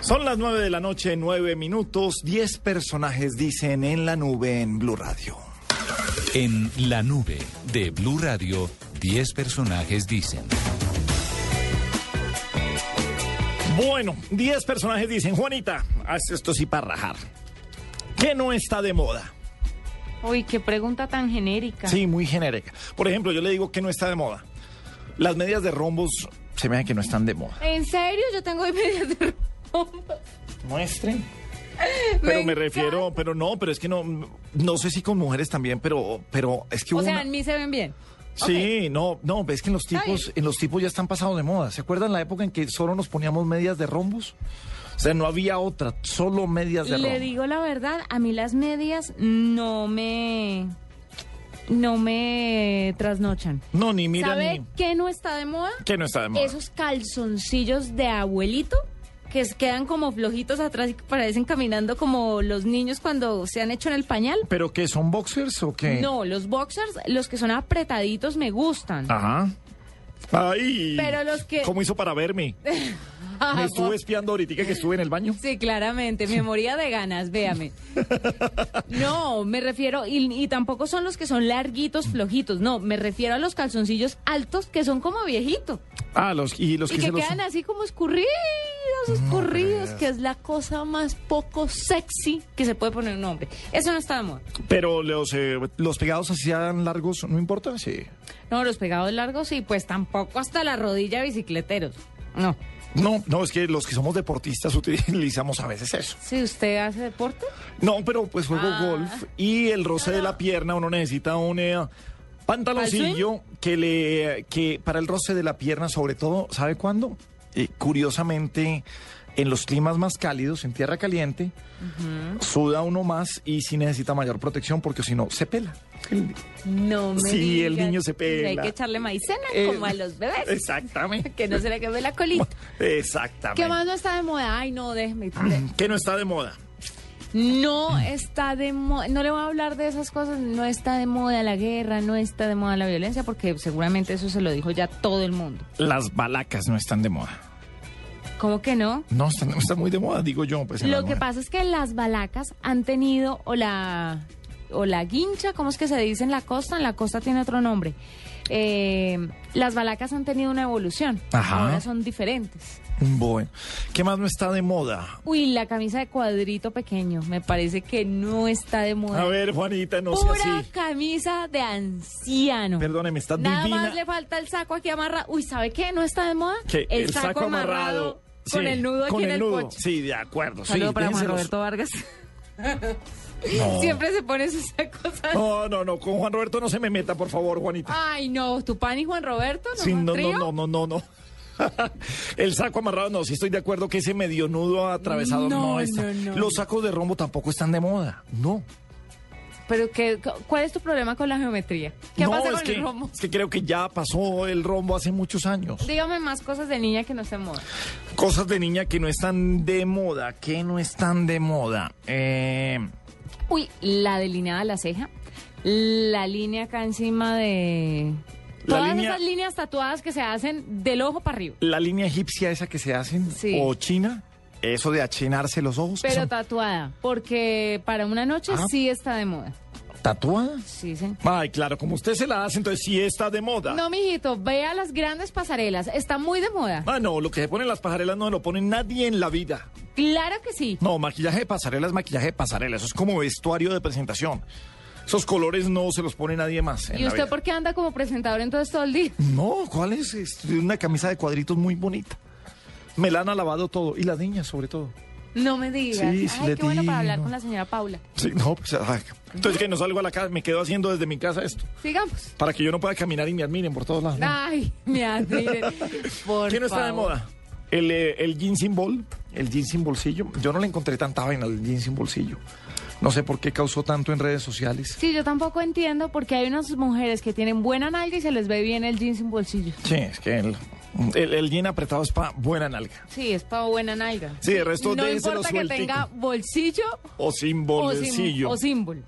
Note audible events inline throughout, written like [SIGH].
Son las 9 de la noche, 9 minutos, 10 personajes dicen en la nube en Blue Radio. En la nube de Blue Radio, 10 personajes dicen. Bueno, 10 personajes dicen, Juanita, haz esto sí para rajar. ¿Qué no está de moda? Uy, qué pregunta tan genérica. Sí, muy genérica. Por ejemplo, yo le digo que no está de moda. Las medias de rombos se me da que no están de moda. ¿En serio? Yo tengo hoy medias de rombo. Muestren. Pero me, encanta. refiero, pero no, pero es que no, no sé si con mujeres también, pero, pero es que O hubo sea, una- en mí se ven bien. Sí, no, no, ves que en los Está tipos, bien. en los tipos ya están pasados de moda. ¿Se acuerdan la época en que solo nos poníamos medias de rombos? O sea, no había otra, solo medias de Le rombos. digo la verdad, a mí las medias no me... No me trasnochan. No, ni mira ¿Sabe ni qué no está de moda? que no está de moda. Esos calzoncillos de abuelito que es- quedan como flojitos atrás y que parecen caminando como los niños cuando se han hecho en el pañal. ¿Pero qué son boxers o qué? No, los boxers, los que son apretaditos me gustan. Ajá. Ay. Pero los que- ¿Cómo hizo para verme? Me estuve espiando ahorita que estuve en el baño. Sí, claramente, me moría de ganas, [LAUGHS] véame. No, me refiero, y, y tampoco son los que son larguitos, flojitos, no, me refiero a los calzoncillos altos que son como viejito Ah, los y los y que que se los quedan así como escurridos, escurridos, que es la cosa más poco sexy que se puede poner un hombre. Eso no está de moda. Pero los eh, los pegados así sean largos, no importa, sí. No, los pegados largos y pues tampoco hasta la rodilla bicicleteros. No. No, no, es que los que somos deportistas utilizamos a veces eso. Si usted hace deporte, No, pero pues juego Ah. golf y el roce de la pierna, uno necesita un eh, pantaloncillo que le que para el roce de la pierna, sobre todo, ¿sabe cuándo? Eh, curiosamente, en los climas más cálidos, en tierra caliente, suda uno más y sí necesita mayor protección porque si no se pela. no me Sí, diga. Pues el niño se Hay pela. que echarle maicena Eh, como a los bebés. Exactamente. [LAUGHS] Que no se le queme la colita. Exactamente. ¿Qué más no está de moda? Ay, no, déjeme. Que no está de moda. No está de moda. No le voy a hablar de esas cosas. No está de moda la guerra, no está de moda la violencia, porque seguramente eso se lo dijo ya todo el mundo. Las balacas no están de moda. ¿Cómo que no? No están, no están muy de moda, digo yo. Pues, en la Lo que moda. pasa es que las balacas han tenido, o la, o la guincha, ¿cómo es que se dice en la costa? En la costa tiene otro nombre. Eh, las balacas han tenido una evolución. Ajá. Ahora son diferentes. Bueno, ¿qué más no está de moda? Uy, la camisa de cuadrito pequeño. Me parece que no está de moda. A ver, Juanita, no sea Pura así. camisa de anciano. Perdóneme, está Nada divina. más le falta el saco aquí amarrado. Uy, ¿sabe qué? ¿No está de moda? Que el, saco, amarrado. Con Sí, el nudo con aquí en el nudo. coche. Sí, de acuerdo. Saludo sí, para Juan dénselos. Roberto Vargas. [LAUGHS] No. Siempre se pone sus sacos así. no, no, no, con Juan Roberto no se me meta, por favor, Juanita. Ay, no, Tupán y Juan Roberto. Ah, No, Sí, no, ¿Trío? no, no, no, no, [LAUGHS] no. El saco amarrado, no, sí estoy de acuerdo que ese medio nudo atravesado no, No, está. no, no. Los sacos de rombo tampoco están de moda, no. Pero, ¿qué, ¿cuál es tu problema con la geometría? ¿Qué no, pasa es con que, el rombo? Es que creo que ya pasó el rombo hace muchos años. Dígame más cosas de niña que no se moda. Cosas de niña que no están de moda, que no están de moda. Eh, Uy, la delineada de la ceja, la línea acá encima de... La Todas línea- esas líneas tatuadas que se hacen del ojo para arriba. la línea egipcia esa que se hacen, Sí. o china, eso de achinarse los ojos, que Pero son- tatuada, porque para una noche Ah. sí está de moda. tatuada. Sí, sí. Ay, claro, como usted se la hace, entonces sí está de moda. No, mijito, vea las grandes pasarelas. Está muy de moda. Ah, no, lo que se ponen las pasarelas no lo pone nadie en la vida. Claro que sí. No, maquillaje de pasarela es maquillaje de pasarela, eso es como vestuario de presentación. Esos colores no se los pone nadie más. en ¿Y la usted vida. por qué anda como presentador entonces todo el día? [LAUGHS] No, ¿cuál es? Es una camisa de cuadritos muy bonita. Me la han alabado todo, y las niñas sobre todo. No me digas. Sí, Ay, sí le qué bueno para hablar digo. con la señora Paula. Sí, no, pues, ay, entonces que no salgo a la casa, me quedo haciendo desde mi casa esto, Sigamos. para que yo no pueda caminar y me admiren por todos lados. ¿no? Ay, me admiren. Por [LAUGHS] ¿Qué no está de favor. moda? El, eh, el jean sin bol, el jean sin bolsillo. Yo no le encontré tanta vaina al jean sin bolsillo. No sé por qué causó tanto en redes sociales. Sí, yo tampoco entiendo porque hay unas mujeres que tienen buena nalga y se les ve bien el jean sin bolsillo. Sí, es que el, el, el jean apretado es para buena nalga. Sí, es para buena nalga. Sí, el resto no déjenselo importa que sueltico. tenga bolsillo O sin o sin- bolsillo. o símbolo.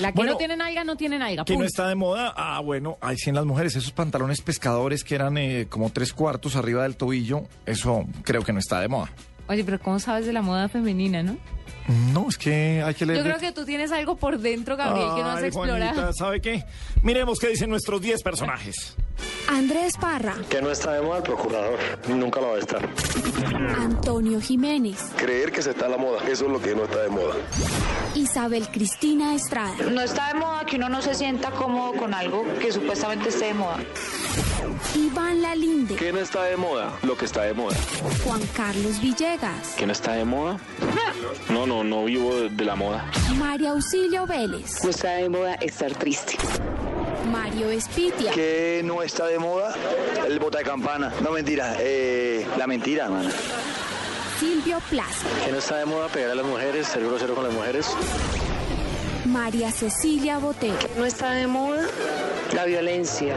La que Bueno, no tiene nalga, no tiene nalga. Que no punto. está de moda. Ah, bueno, ahí sí en las mujeres. Esos pantalones pescadores que eran eh, como tres cuartos arriba del tobillo, eso creo que no está de moda. Oye, pero ¿cómo sabes de la moda femenina, no? No, es que hay que leer. Yo creo que tú tienes algo por dentro, Gabriel, que no has Ay, explorado. Juanita, ¿sabe qué? Miremos qué dicen nuestros 10 personajes. Andrés Parra, Que no está de moda el procurador, nunca lo va a estar. Antonio Jiménez, Creer que se está a la moda, eso es lo que no está de moda. Isabel Cristina Estrada, No está de moda que uno no se sienta cómodo con algo que supuestamente esté de moda. Iván Lalinde, ¿Qué no está de moda? Lo que está de moda. Juan Carlos Villegas, ¿Qué no está de moda? No, no, no vivo de la moda. María Auxilio Vélez, No está de moda estar triste. Mario Espitia, ¿Qué no está de moda? El bota de campana. No, mentira. eh, la mentira, man. Silvio Plaza, ¿Qué no está de moda pegar a las mujeres, ser grosero con las mujeres? María Cecilia Botero, No está de moda la violencia.